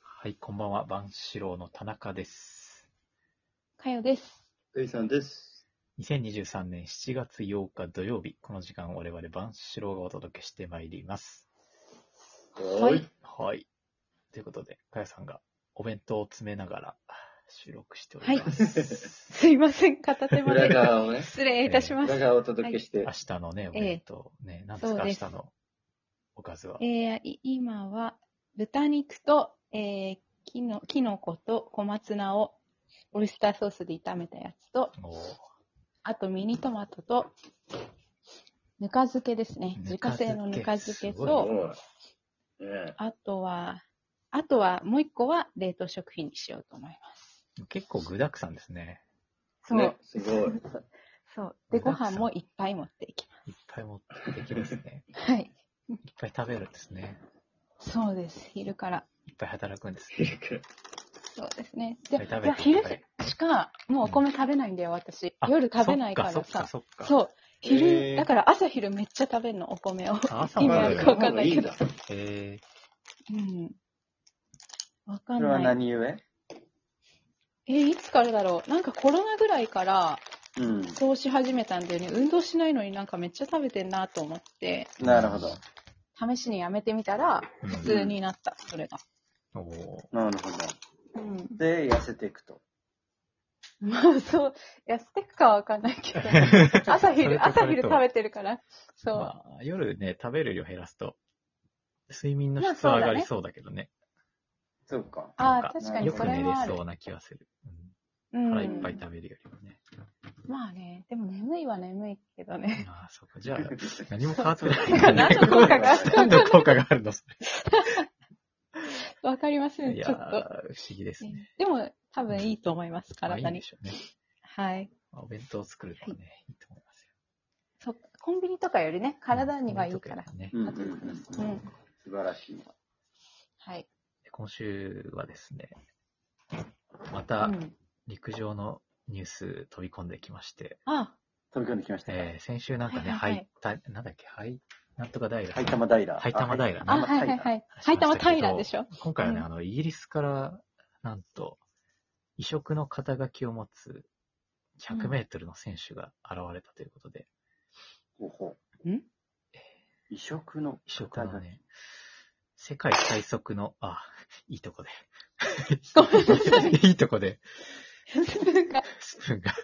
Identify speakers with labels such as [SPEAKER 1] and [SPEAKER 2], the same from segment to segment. [SPEAKER 1] はい、こんばんは。万志郎の田中です。
[SPEAKER 2] かよです。
[SPEAKER 3] エイさんです。
[SPEAKER 1] 2023年7月8日土曜日、この時間我々万志郎がお届けしてまいります。
[SPEAKER 2] はい
[SPEAKER 3] はい。
[SPEAKER 1] はい。ということで、かやさんがお弁当を詰めながら収録しております。
[SPEAKER 2] すいません、片手ま
[SPEAKER 3] 裏
[SPEAKER 2] で。
[SPEAKER 3] 側をね、
[SPEAKER 2] 失礼いたしま
[SPEAKER 3] 裏
[SPEAKER 2] す。
[SPEAKER 3] 側をお届けして
[SPEAKER 1] 明。日のね、お
[SPEAKER 2] ええ
[SPEAKER 1] 弁当、ね、何です
[SPEAKER 2] そ
[SPEAKER 1] か
[SPEAKER 2] うです
[SPEAKER 1] 明日のおかずは。
[SPEAKER 2] えーい今は、豚肉と、えーきの、きのこと小松菜をオイスターソースで炒めたやつと、
[SPEAKER 1] おー
[SPEAKER 2] あとミニトマトと、ぬか漬けですね。自
[SPEAKER 1] ぬか
[SPEAKER 2] 家
[SPEAKER 1] 漬け
[SPEAKER 2] 製のぬか漬け
[SPEAKER 1] すご
[SPEAKER 2] と、
[SPEAKER 3] うんね
[SPEAKER 2] あとは、あとはもう一個は冷凍食品にしようと思います。
[SPEAKER 1] 結構具だくさんですね。
[SPEAKER 2] そう。
[SPEAKER 3] ねすごい。
[SPEAKER 2] そう。で、ご
[SPEAKER 1] 具だくさ
[SPEAKER 2] 飯
[SPEAKER 1] ん
[SPEAKER 2] もいっぱい持っていきま
[SPEAKER 1] いっぱい持ってきますね。
[SPEAKER 2] す。はい。
[SPEAKER 1] いっぱい食べるんですね。
[SPEAKER 2] そうです。昼から。
[SPEAKER 1] いっぱい働くんですね。
[SPEAKER 3] う
[SPEAKER 2] そうですね。じゃ
[SPEAKER 1] いっぱ
[SPEAKER 2] あ、
[SPEAKER 1] い
[SPEAKER 2] じゃあ
[SPEAKER 1] 食べて
[SPEAKER 2] 昼しか、もうお米食べないんだよ、私。
[SPEAKER 1] あ
[SPEAKER 2] 夜食べないから
[SPEAKER 1] そっか、
[SPEAKER 2] さ。
[SPEAKER 1] そっか。
[SPEAKER 2] そう。昼、
[SPEAKER 3] へー
[SPEAKER 2] だから朝昼めっちゃ食べるの、お米を。
[SPEAKER 1] あ朝
[SPEAKER 2] 意
[SPEAKER 1] も
[SPEAKER 2] 味
[SPEAKER 1] 食べ
[SPEAKER 2] ある
[SPEAKER 1] る
[SPEAKER 2] かわかんないけ
[SPEAKER 3] ん
[SPEAKER 2] ど
[SPEAKER 3] だ。。
[SPEAKER 1] え
[SPEAKER 2] うん。わか
[SPEAKER 3] そ
[SPEAKER 2] ん
[SPEAKER 3] れは
[SPEAKER 2] ない。
[SPEAKER 3] 何故
[SPEAKER 2] えーいつからだろう。なんかコロナぐらいから、
[SPEAKER 3] うん。
[SPEAKER 2] そうし始めたんだよね。運動しないのになんかめっちゃ食べてんなと思って、
[SPEAKER 3] なるほど。
[SPEAKER 2] 試しにやめてみたら、
[SPEAKER 1] ー、
[SPEAKER 2] 普通になった、それが。
[SPEAKER 1] うんおー
[SPEAKER 3] なるほど。
[SPEAKER 2] うん。
[SPEAKER 3] で、痩せていくと。
[SPEAKER 2] まあ、 そう、痩せてくかはわかんないけど、
[SPEAKER 1] それとそれ
[SPEAKER 2] 朝昼、
[SPEAKER 1] と
[SPEAKER 2] 朝昼食べてるから、そう。
[SPEAKER 1] まあ、夜ね、食べる量減らすと、睡眠の
[SPEAKER 2] まあ
[SPEAKER 1] 質は
[SPEAKER 2] そ
[SPEAKER 1] 上
[SPEAKER 2] うだね
[SPEAKER 1] がりそうだけどね。
[SPEAKER 3] そうか。
[SPEAKER 2] あ
[SPEAKER 1] な
[SPEAKER 2] あ、
[SPEAKER 1] んか
[SPEAKER 2] 確かに
[SPEAKER 1] よ
[SPEAKER 2] そ
[SPEAKER 1] く
[SPEAKER 2] れ
[SPEAKER 1] 寝れ
[SPEAKER 2] はある。
[SPEAKER 1] そうな気がする。
[SPEAKER 2] う
[SPEAKER 1] うん
[SPEAKER 2] ん
[SPEAKER 1] 腹いっぱい食べるよりも ね。
[SPEAKER 2] まあね、でも眠いは眠いけどね。
[SPEAKER 1] ああ、そうか。じゃあ、何も変わってないかね
[SPEAKER 2] 何の効果がある
[SPEAKER 1] 何の効果が あるのそ
[SPEAKER 2] わかりませ
[SPEAKER 1] れ
[SPEAKER 2] ん、
[SPEAKER 1] い
[SPEAKER 2] ち
[SPEAKER 1] や
[SPEAKER 2] ょ
[SPEAKER 1] ー、
[SPEAKER 2] っと。
[SPEAKER 1] 不思議ですね。
[SPEAKER 2] でも、多分いいと思います、
[SPEAKER 1] まあいい
[SPEAKER 2] 体
[SPEAKER 1] んで
[SPEAKER 2] に。
[SPEAKER 1] しょうね。
[SPEAKER 2] はい。
[SPEAKER 1] まあお弁当を作るのはね、いいと思いますよ。
[SPEAKER 2] そう、コンビニとかよりね、体にはいいから。
[SPEAKER 1] ね
[SPEAKER 3] う。んうんうん。素
[SPEAKER 2] うん。
[SPEAKER 3] 晴らしい。
[SPEAKER 2] はい。
[SPEAKER 1] 今週はですね、ま
[SPEAKER 2] う
[SPEAKER 1] た
[SPEAKER 2] ん。
[SPEAKER 1] 陸上のニュース飛び込んできまして、
[SPEAKER 2] あ、
[SPEAKER 3] 飛び込んできましたか。
[SPEAKER 1] えー先週なんかね、
[SPEAKER 2] はいはい
[SPEAKER 1] はいた、なんだっけ、はい、なんとか大学。
[SPEAKER 3] はい、玉平。。
[SPEAKER 1] はい玉平ね
[SPEAKER 2] あ、
[SPEAKER 1] あ
[SPEAKER 2] はいはいはいい。はい、たま平でしょ。
[SPEAKER 1] 今回はね、
[SPEAKER 2] うん
[SPEAKER 1] あの、イギリスから、なんと、移植の肩書きを持つ100メートルの選手が現れたということで、
[SPEAKER 3] ほうほう。
[SPEAKER 2] ん
[SPEAKER 3] 移植の。
[SPEAKER 1] 移植のね、世界最速の、あ、いいとこで。
[SPEAKER 2] ごめんなさい。
[SPEAKER 1] いいとこで、
[SPEAKER 2] なんか、
[SPEAKER 1] スプーンが。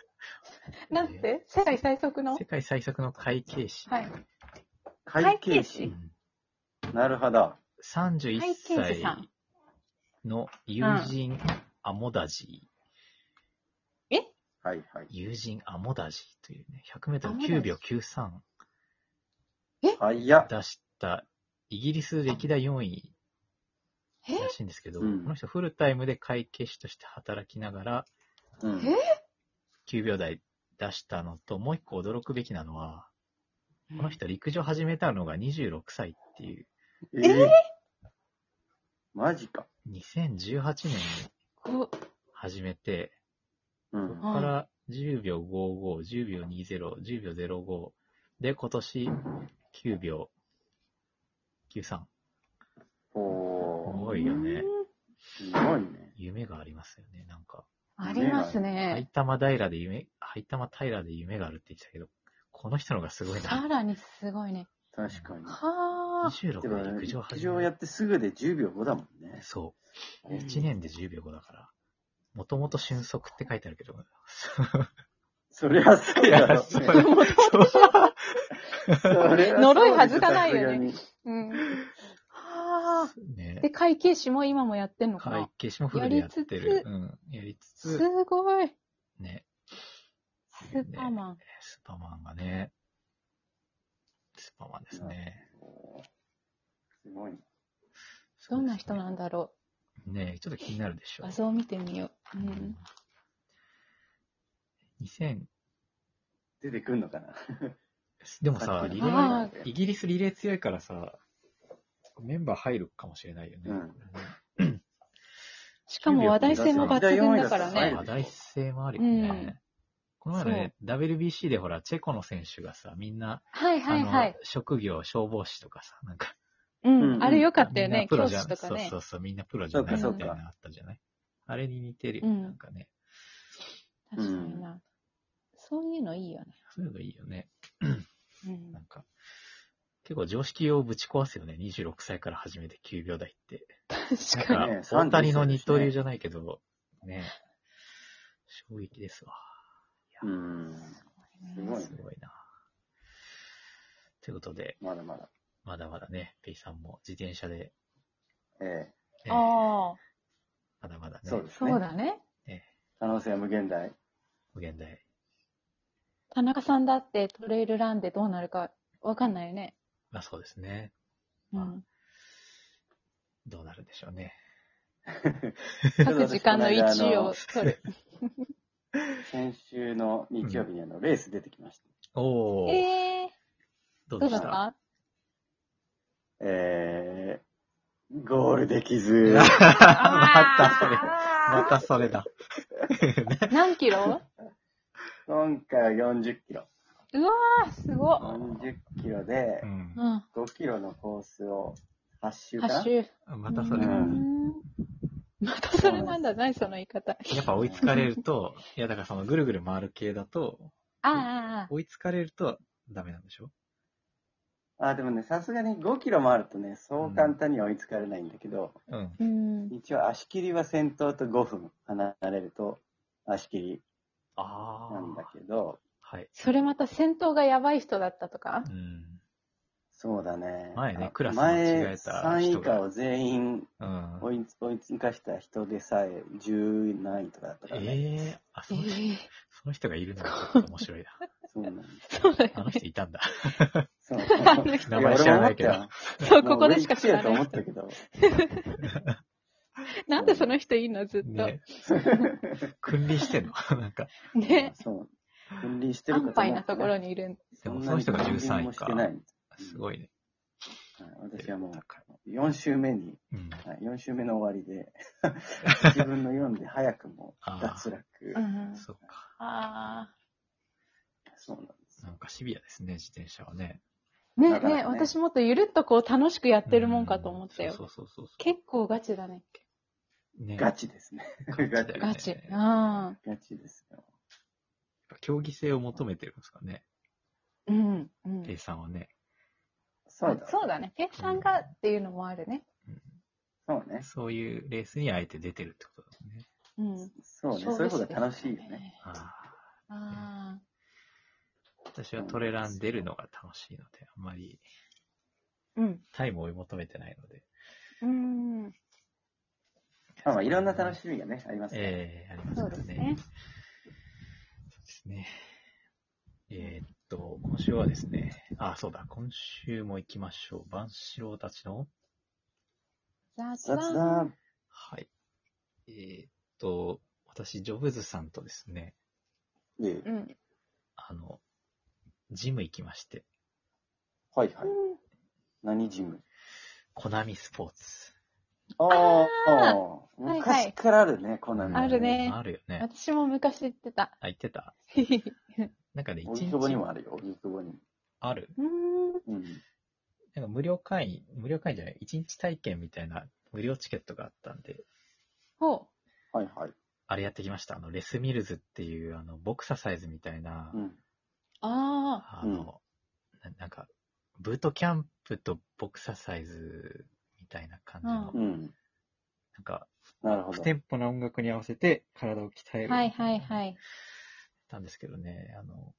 [SPEAKER 2] なんて世界最速の
[SPEAKER 1] 世界最速の会計士。
[SPEAKER 2] はい。
[SPEAKER 3] 会計
[SPEAKER 1] う
[SPEAKER 3] 士
[SPEAKER 2] 会。
[SPEAKER 1] ん
[SPEAKER 3] なるほど。
[SPEAKER 1] 31
[SPEAKER 2] 会計士さ
[SPEAKER 1] 歳
[SPEAKER 2] ん。
[SPEAKER 1] の友人アモダジー。
[SPEAKER 3] はいはい。
[SPEAKER 1] 友人アモダジーというね、100メートル
[SPEAKER 2] アモダジ
[SPEAKER 1] 9
[SPEAKER 2] ー
[SPEAKER 1] 秒93
[SPEAKER 3] 早っ。
[SPEAKER 1] 出した、イギリス歴代4位
[SPEAKER 2] え
[SPEAKER 1] らしいんですけど、こ
[SPEAKER 3] うん
[SPEAKER 1] の人フルタイムで会計士として働きながら
[SPEAKER 3] うん
[SPEAKER 2] え
[SPEAKER 1] 9秒台出したのと、もう一個驚くべきなのは、この人陸上始めたのが26歳っていう、
[SPEAKER 3] え
[SPEAKER 2] え
[SPEAKER 3] ーマジか。
[SPEAKER 1] 2018年に
[SPEAKER 2] こう
[SPEAKER 1] 始めて、
[SPEAKER 3] うん。
[SPEAKER 1] ここから10秒55、10秒20、10秒05で今年9秒93。
[SPEAKER 3] お
[SPEAKER 1] す
[SPEAKER 3] ー。
[SPEAKER 1] ごいよね。
[SPEAKER 2] うん
[SPEAKER 3] すごいね。
[SPEAKER 1] 夢がありますよね、なんか。
[SPEAKER 2] あります
[SPEAKER 1] はい
[SPEAKER 2] ね。
[SPEAKER 1] たま平で夢、はいたま平で夢があるって言ってたけど、この人のがすごい
[SPEAKER 2] さ
[SPEAKER 1] な。
[SPEAKER 2] らにすごいね。
[SPEAKER 3] 確かに。
[SPEAKER 2] はあ。
[SPEAKER 1] 26
[SPEAKER 3] でも
[SPEAKER 1] で陸上
[SPEAKER 3] 陸
[SPEAKER 1] 始
[SPEAKER 3] 上
[SPEAKER 1] め
[SPEAKER 3] や
[SPEAKER 1] る。
[SPEAKER 3] ってすぐで10秒5だもんね。
[SPEAKER 1] そう。
[SPEAKER 3] うん
[SPEAKER 1] 1年で10秒後だから。もともと俊足って書いてあるけど。
[SPEAKER 3] そりゃそうだろうね。
[SPEAKER 1] いや そう
[SPEAKER 3] そりゃそうでしょ
[SPEAKER 2] 呪いはずがないよ
[SPEAKER 3] ね。
[SPEAKER 2] うん。はあ。
[SPEAKER 1] ね
[SPEAKER 2] で、。会計士も今もやってんのか
[SPEAKER 1] 会
[SPEAKER 2] な
[SPEAKER 1] 計士もフルでやって
[SPEAKER 2] やり
[SPEAKER 1] る
[SPEAKER 2] つ。つ
[SPEAKER 1] うん。やりつ
[SPEAKER 2] す
[SPEAKER 1] つ、
[SPEAKER 2] ごい。
[SPEAKER 1] ね。
[SPEAKER 2] スーパーマン。
[SPEAKER 1] スパマンがね。スパマンですね。
[SPEAKER 3] すごいね。
[SPEAKER 2] どんな人
[SPEAKER 1] の
[SPEAKER 2] なんだろ
[SPEAKER 1] ねちょっと気になるでし
[SPEAKER 2] う。
[SPEAKER 1] ょ
[SPEAKER 2] 画。像を見てみよう。う
[SPEAKER 1] うんん。2000、
[SPEAKER 3] 出てくんのかな
[SPEAKER 1] でもさ、
[SPEAKER 3] さっ
[SPEAKER 1] リ
[SPEAKER 3] き
[SPEAKER 1] レ
[SPEAKER 3] の
[SPEAKER 1] ー
[SPEAKER 2] あ
[SPEAKER 1] イギリスリレー強いからさ、メンバー入るかもしれないよね。
[SPEAKER 3] うん
[SPEAKER 2] しかも話題性も抜群だから
[SPEAKER 3] 入
[SPEAKER 2] ね
[SPEAKER 3] る。
[SPEAKER 1] 話題性もあるよね。この前のね、WBC でほら、チェコの選手がさ、みんな、
[SPEAKER 2] はいはいは
[SPEAKER 1] あ
[SPEAKER 2] い
[SPEAKER 1] の。職業、消防士とかさ、なんか、
[SPEAKER 2] うん、
[SPEAKER 3] うん
[SPEAKER 2] あれ良かったよね、
[SPEAKER 1] みんなプロ
[SPEAKER 2] 教
[SPEAKER 1] じゃ
[SPEAKER 2] 師とか
[SPEAKER 1] そう
[SPEAKER 2] ね
[SPEAKER 1] そ。うそう、みんなプロじゃないみた
[SPEAKER 2] そう
[SPEAKER 1] い
[SPEAKER 2] か
[SPEAKER 1] なのあったじゃないあれに似てるよ、
[SPEAKER 2] うん
[SPEAKER 1] なんかね。
[SPEAKER 2] 確かにな。そういうのいいよね。
[SPEAKER 1] そういうのいいよね。
[SPEAKER 2] うん
[SPEAKER 1] なんか、結構常識をぶち壊すよね。26歳から始めて9秒台って。なん
[SPEAKER 2] 確か
[SPEAKER 1] か
[SPEAKER 2] に。
[SPEAKER 3] ね、
[SPEAKER 1] 大谷の
[SPEAKER 3] 33
[SPEAKER 1] 二刀流じゃないけど、ね、衝撃ですわ。
[SPEAKER 3] うん。すごいね
[SPEAKER 1] すごいな。ということで、
[SPEAKER 3] まだまだ。
[SPEAKER 1] まだまだね、ペイさんも自転車で、
[SPEAKER 3] ええ
[SPEAKER 1] ね
[SPEAKER 2] ああ、
[SPEAKER 1] まだまだね
[SPEAKER 3] そう、です
[SPEAKER 2] そう
[SPEAKER 3] ね。
[SPEAKER 2] だね。
[SPEAKER 3] 可能性は無限大。
[SPEAKER 1] 無限大。
[SPEAKER 2] 田中さんだってトレイルランでどうなるかわかんないよね。
[SPEAKER 1] まあそうですね。
[SPEAKER 2] うん。
[SPEAKER 1] どうなるでしょうね。
[SPEAKER 2] 各時間の位置 を取る。
[SPEAKER 3] 先週の日曜日にあの、レース出てきました。
[SPEAKER 1] おー、
[SPEAKER 2] ええ
[SPEAKER 1] どうで
[SPEAKER 2] どうだ
[SPEAKER 1] し
[SPEAKER 2] っ たた
[SPEAKER 3] えー、ゴールでき ず、
[SPEAKER 1] ま
[SPEAKER 2] あ
[SPEAKER 1] たそれだ。
[SPEAKER 2] ー何キロ
[SPEAKER 3] 今回は40キロ。
[SPEAKER 2] うわー、すごっ。
[SPEAKER 3] 40キロで
[SPEAKER 1] う、ん。
[SPEAKER 2] うん。
[SPEAKER 3] 5キロのコースを8周かな
[SPEAKER 2] 8周。
[SPEAKER 1] またそれだ
[SPEAKER 2] う。んまたそれなんだ、何その言い方。
[SPEAKER 1] やっぱ追いつかれると、いやだからそのぐるぐる回る系だと、
[SPEAKER 2] ああ、あ
[SPEAKER 1] 追いつかれるとダメなんでしょ
[SPEAKER 3] あ、でもね、さすがに5キロもあるとね、そう簡単には追いつかれないんだけど、
[SPEAKER 1] うん。
[SPEAKER 2] あうん。
[SPEAKER 3] 一応足切りは先頭と5分離れると足切り
[SPEAKER 1] ああ。
[SPEAKER 3] なんだけど、
[SPEAKER 1] はい。
[SPEAKER 2] それまた戦闘がやばい人だったとか
[SPEAKER 1] うん。
[SPEAKER 3] そうだね。
[SPEAKER 1] 前ね
[SPEAKER 3] あ
[SPEAKER 1] クラス間違えた
[SPEAKER 3] 前3位
[SPEAKER 1] 人
[SPEAKER 3] 以
[SPEAKER 1] が
[SPEAKER 3] 下を全員
[SPEAKER 1] うん。
[SPEAKER 3] 追いつ 追いつかした人でさえ10何位とかだったからね。
[SPEAKER 1] ええあ、
[SPEAKER 2] え
[SPEAKER 1] そ
[SPEAKER 2] え
[SPEAKER 1] の 人、その人がいるのがちょっと面白いな。
[SPEAKER 3] そうなんだ
[SPEAKER 2] そうだ
[SPEAKER 1] あ
[SPEAKER 2] よ
[SPEAKER 1] の人
[SPEAKER 2] ね。
[SPEAKER 1] いたん だ。
[SPEAKER 3] そう
[SPEAKER 2] あの 人
[SPEAKER 1] 名前知らないけど
[SPEAKER 3] や俺も
[SPEAKER 2] そ
[SPEAKER 3] 思ったよ
[SPEAKER 2] う、ここでしか知ら
[SPEAKER 3] もう
[SPEAKER 2] ない
[SPEAKER 3] 俺一位だと思ったけど。
[SPEAKER 2] なんでその人いんのずっと。
[SPEAKER 1] ね。君臨してんの なんか。
[SPEAKER 2] ね。
[SPEAKER 3] そう。分離してる
[SPEAKER 2] 安
[SPEAKER 3] かと
[SPEAKER 2] 牌
[SPEAKER 3] 思
[SPEAKER 2] な
[SPEAKER 3] った
[SPEAKER 2] と
[SPEAKER 3] ね
[SPEAKER 2] ころにいるんだ。
[SPEAKER 1] でもその人が
[SPEAKER 3] そんなに
[SPEAKER 1] 13
[SPEAKER 3] 分離
[SPEAKER 1] 位
[SPEAKER 3] もし
[SPEAKER 1] か
[SPEAKER 3] て。ない。はい
[SPEAKER 1] すごいね。
[SPEAKER 3] 私はも
[SPEAKER 1] 高いう
[SPEAKER 3] 4周目に、
[SPEAKER 1] うん。
[SPEAKER 3] はい4周目の終わりで、 自分の4で早くも脱落。
[SPEAKER 2] うん。
[SPEAKER 1] そっか。
[SPEAKER 2] あ
[SPEAKER 3] そうなんです。
[SPEAKER 1] なんかシビアですね、自転車はね。
[SPEAKER 2] あ。ね
[SPEAKER 3] なかなか
[SPEAKER 2] ね
[SPEAKER 3] ね
[SPEAKER 2] 私もっとゆるっとこう楽しくやってるもんかと思った
[SPEAKER 1] うん
[SPEAKER 2] よ。
[SPEAKER 1] そうそうそうそう。
[SPEAKER 2] 結構ガチだね。
[SPEAKER 1] ね
[SPEAKER 3] ガチですね。ガチ
[SPEAKER 1] だよね
[SPEAKER 2] ガチ。うん。
[SPEAKER 3] ガチですよ。
[SPEAKER 1] 競技性を求めてるんですかね、
[SPEAKER 2] うん。うん
[SPEAKER 1] ペイさんはね。
[SPEAKER 3] そうだ。
[SPEAKER 2] そうだね。計算がっていうのもあるね。
[SPEAKER 3] そうね。
[SPEAKER 1] そういうレースにあえて出てるってことだね。
[SPEAKER 2] うん。
[SPEAKER 3] そうね。そういうことが楽しいよね。。
[SPEAKER 1] ああ。
[SPEAKER 2] ああ。
[SPEAKER 1] 私はトレラン出るのが楽しいので、あんまり
[SPEAKER 2] うん。
[SPEAKER 1] タイムを追い求めてないので。
[SPEAKER 2] うん。
[SPEAKER 3] まあまあ、いろんな楽しみがね、ありますね。
[SPEAKER 1] ええあります
[SPEAKER 2] そ
[SPEAKER 1] か
[SPEAKER 2] う
[SPEAKER 1] ら
[SPEAKER 2] です
[SPEAKER 1] ね
[SPEAKER 2] ね。。
[SPEAKER 1] そうですね。えーっと、今週はですね、あ、そうだ、今週も行きましょう。万志郎たちの、
[SPEAKER 2] 雑
[SPEAKER 3] 雑
[SPEAKER 2] 談。
[SPEAKER 3] 談。
[SPEAKER 1] はい。えーっと、私、ジョブズさんとですね、
[SPEAKER 3] ええ
[SPEAKER 2] うん。
[SPEAKER 1] あの、ジム行きまして、
[SPEAKER 3] はいはい。何ジム
[SPEAKER 1] コナミスポーツ。
[SPEAKER 3] ああ、
[SPEAKER 2] はいはい
[SPEAKER 3] 昔からあるね、コナミ。
[SPEAKER 2] あるね
[SPEAKER 1] あるよね。
[SPEAKER 2] 私も昔言ってた。
[SPEAKER 1] あ、行ってた。
[SPEAKER 2] うー
[SPEAKER 1] なんかね、一
[SPEAKER 3] 荻窪に
[SPEAKER 1] 日
[SPEAKER 3] もあるよ、荻窪にも。
[SPEAKER 1] ある。
[SPEAKER 2] ん。
[SPEAKER 3] うん。
[SPEAKER 1] なんか無料会員、無料会員じゃない、一日体験みたいな無料チケットがあったんで、
[SPEAKER 2] ほ
[SPEAKER 3] はいはい。
[SPEAKER 1] あれやってきました。あの、レスミルズっていう、あの、ボクササイズみたいな、
[SPEAKER 3] うん。
[SPEAKER 2] う。ああ。
[SPEAKER 1] あの、な、なんか、ブートキャンプとボクササイズみたいな感じの、
[SPEAKER 2] う
[SPEAKER 3] うん。
[SPEAKER 1] なんか、
[SPEAKER 3] なるほ
[SPEAKER 1] 不
[SPEAKER 3] ど。
[SPEAKER 1] テンポな音楽に合わせて体を鍛える。。
[SPEAKER 2] はいはいはいい。
[SPEAKER 1] たんですけどね、あの、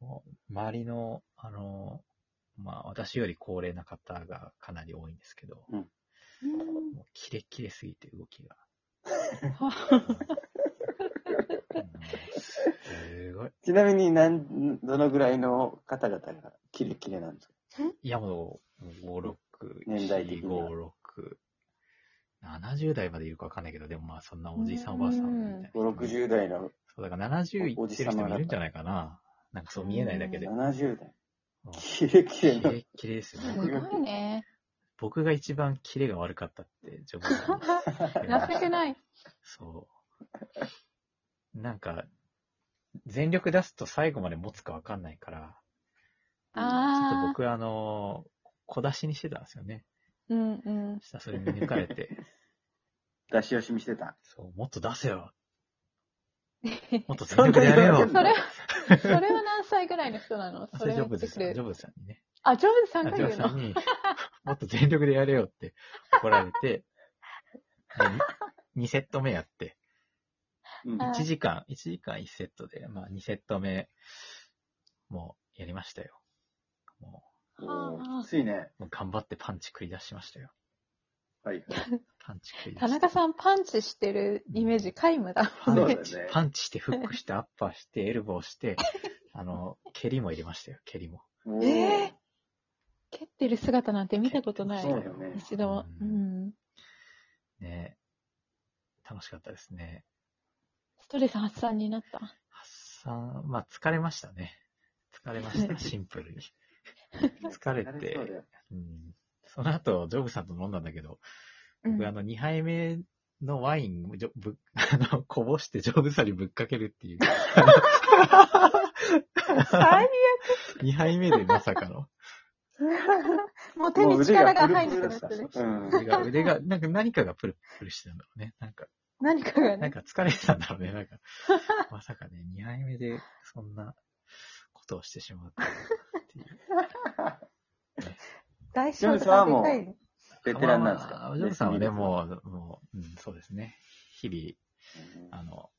[SPEAKER 1] もう周りの、あの、まあ、私より高齢な方がかなり多いんですけど、
[SPEAKER 2] うん
[SPEAKER 1] もうキレッキレすぎて動 きが。
[SPEAKER 2] は
[SPEAKER 1] うんすごい。
[SPEAKER 3] ちなみに、なん、どのぐらいの方々がキレキレなんですか
[SPEAKER 1] いや、もう、もう5、6、
[SPEAKER 3] 年代的
[SPEAKER 1] 4、
[SPEAKER 3] には
[SPEAKER 1] 5、6、70代までいるかわかんないけど、でもまあそんなおじいさんおばあさんみたいな。
[SPEAKER 3] ?5、60代の、
[SPEAKER 1] そう、だから70い
[SPEAKER 3] お
[SPEAKER 1] ってる人もいるんじゃないかな。なんかそう見えないだけで。うん
[SPEAKER 3] 70代。キレキ
[SPEAKER 1] キ
[SPEAKER 3] レの。
[SPEAKER 1] レキレですよ
[SPEAKER 2] す
[SPEAKER 1] ね。
[SPEAKER 2] ごいね。
[SPEAKER 1] 僕が一番キレが悪かったって、ジョブズさんに言われまし
[SPEAKER 2] 情け
[SPEAKER 1] た
[SPEAKER 2] ない。
[SPEAKER 1] そう。なんか、全力出すと最後まで持つかわかんないから、ちょっと
[SPEAKER 2] ああ。
[SPEAKER 1] 僕あの、小出しにしてたんですよね。
[SPEAKER 2] うんうん。
[SPEAKER 1] ひたすら見抜かれて、
[SPEAKER 3] 出し惜しみしてた。
[SPEAKER 1] そう、もっと出せ よ。もっと
[SPEAKER 3] そん
[SPEAKER 1] 全力
[SPEAKER 3] な
[SPEAKER 1] でやれ
[SPEAKER 3] 言
[SPEAKER 1] よ
[SPEAKER 3] わ。
[SPEAKER 2] それは、それは何歳ぐらいの人 なの
[SPEAKER 1] あ
[SPEAKER 2] そ
[SPEAKER 1] それジ
[SPEAKER 2] れ言
[SPEAKER 1] ョ
[SPEAKER 2] っ
[SPEAKER 1] ブ
[SPEAKER 2] て
[SPEAKER 1] ズ
[SPEAKER 2] く
[SPEAKER 1] さん、
[SPEAKER 2] れ
[SPEAKER 1] ジョ
[SPEAKER 2] る。
[SPEAKER 1] ブズさんにね。
[SPEAKER 2] あ、ジョブズさん
[SPEAKER 1] あ
[SPEAKER 2] が
[SPEAKER 1] ジョ
[SPEAKER 2] 言
[SPEAKER 1] ブ
[SPEAKER 2] う
[SPEAKER 1] ズさ
[SPEAKER 2] の
[SPEAKER 1] んに、もっと全力でやれよって怒られて、2セット目やって、
[SPEAKER 3] うん
[SPEAKER 2] あ
[SPEAKER 1] 1時間、1時間1セットで、まあ2セット目、もうやりましたよ。も
[SPEAKER 3] おーきついね。
[SPEAKER 1] うもう頑張ってパンチ繰り出しましたよ。
[SPEAKER 3] はい。
[SPEAKER 1] パンチ繰り出し
[SPEAKER 2] 田中さんパンチしてるイメージ皆無だもん
[SPEAKER 3] そ
[SPEAKER 2] ね
[SPEAKER 3] う。だよね
[SPEAKER 1] パンチして、フックして、アッパーして、エルボーして、あの、蹴りも入れましたよ、蹴りも。
[SPEAKER 3] おー
[SPEAKER 2] え蹴ってる姿なんて見たことな
[SPEAKER 3] そう
[SPEAKER 2] い。
[SPEAKER 3] だよね。
[SPEAKER 2] 一度も。
[SPEAKER 1] う
[SPEAKER 2] うんん。
[SPEAKER 1] ね楽しかったですね。
[SPEAKER 2] ストレス発散になった。
[SPEAKER 1] 発散、まあ疲れましたね。疲れま した、シンプルに。疲れて
[SPEAKER 3] 疲そうだよ
[SPEAKER 1] うんその後、ジョブさんと飲んだんだけど、
[SPEAKER 2] うん
[SPEAKER 1] 僕あの、2杯目のワインをジョぶ、 あの、こぼしてジョブさんにぶっかけるっていう。
[SPEAKER 2] 最
[SPEAKER 1] 2杯目でまさかの。
[SPEAKER 2] 悪。 もう手に力が入んなくなって
[SPEAKER 3] もう
[SPEAKER 2] る
[SPEAKER 3] 腕がプル。プルだった
[SPEAKER 1] 腕が、腕が、なんか何かがプルプルしてたんだろうね。なんか、
[SPEAKER 2] 何かが
[SPEAKER 1] なん
[SPEAKER 2] ね。
[SPEAKER 1] か疲れてたんだろうね。なんか、まさかね、2杯目でそんなことをしてしまうっていう。
[SPEAKER 2] 大将とかでかい。
[SPEAKER 3] ベテランなんですか、
[SPEAKER 1] まあまあジョブさんはね、もう、もう、うん、そうですね。日
[SPEAKER 3] うん。
[SPEAKER 1] 々、あの、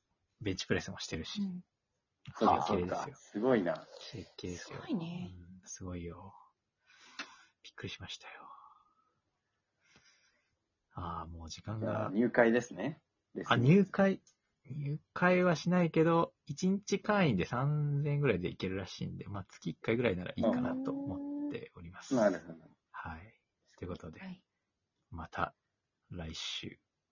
[SPEAKER 1] ベンチプレスもしてるし
[SPEAKER 2] う。ん
[SPEAKER 3] そうか、
[SPEAKER 1] 整形
[SPEAKER 3] そう
[SPEAKER 1] です
[SPEAKER 3] か
[SPEAKER 1] よ。。
[SPEAKER 3] すごいな。
[SPEAKER 1] 整形ですよ。
[SPEAKER 2] すごいね
[SPEAKER 1] うん。すごいよ。びっくりしましたよ。ああ、もう時間
[SPEAKER 3] じゃあ
[SPEAKER 1] が。
[SPEAKER 3] 入会ですね。
[SPEAKER 1] あ、入会、入会はしないけど、1日会員で3000円ぐらいでいけるらしいんで、まあ月1回ぐらいならいいかなと思っております。
[SPEAKER 3] なるほど。
[SPEAKER 1] はい。ということで
[SPEAKER 2] は、い
[SPEAKER 1] また来週。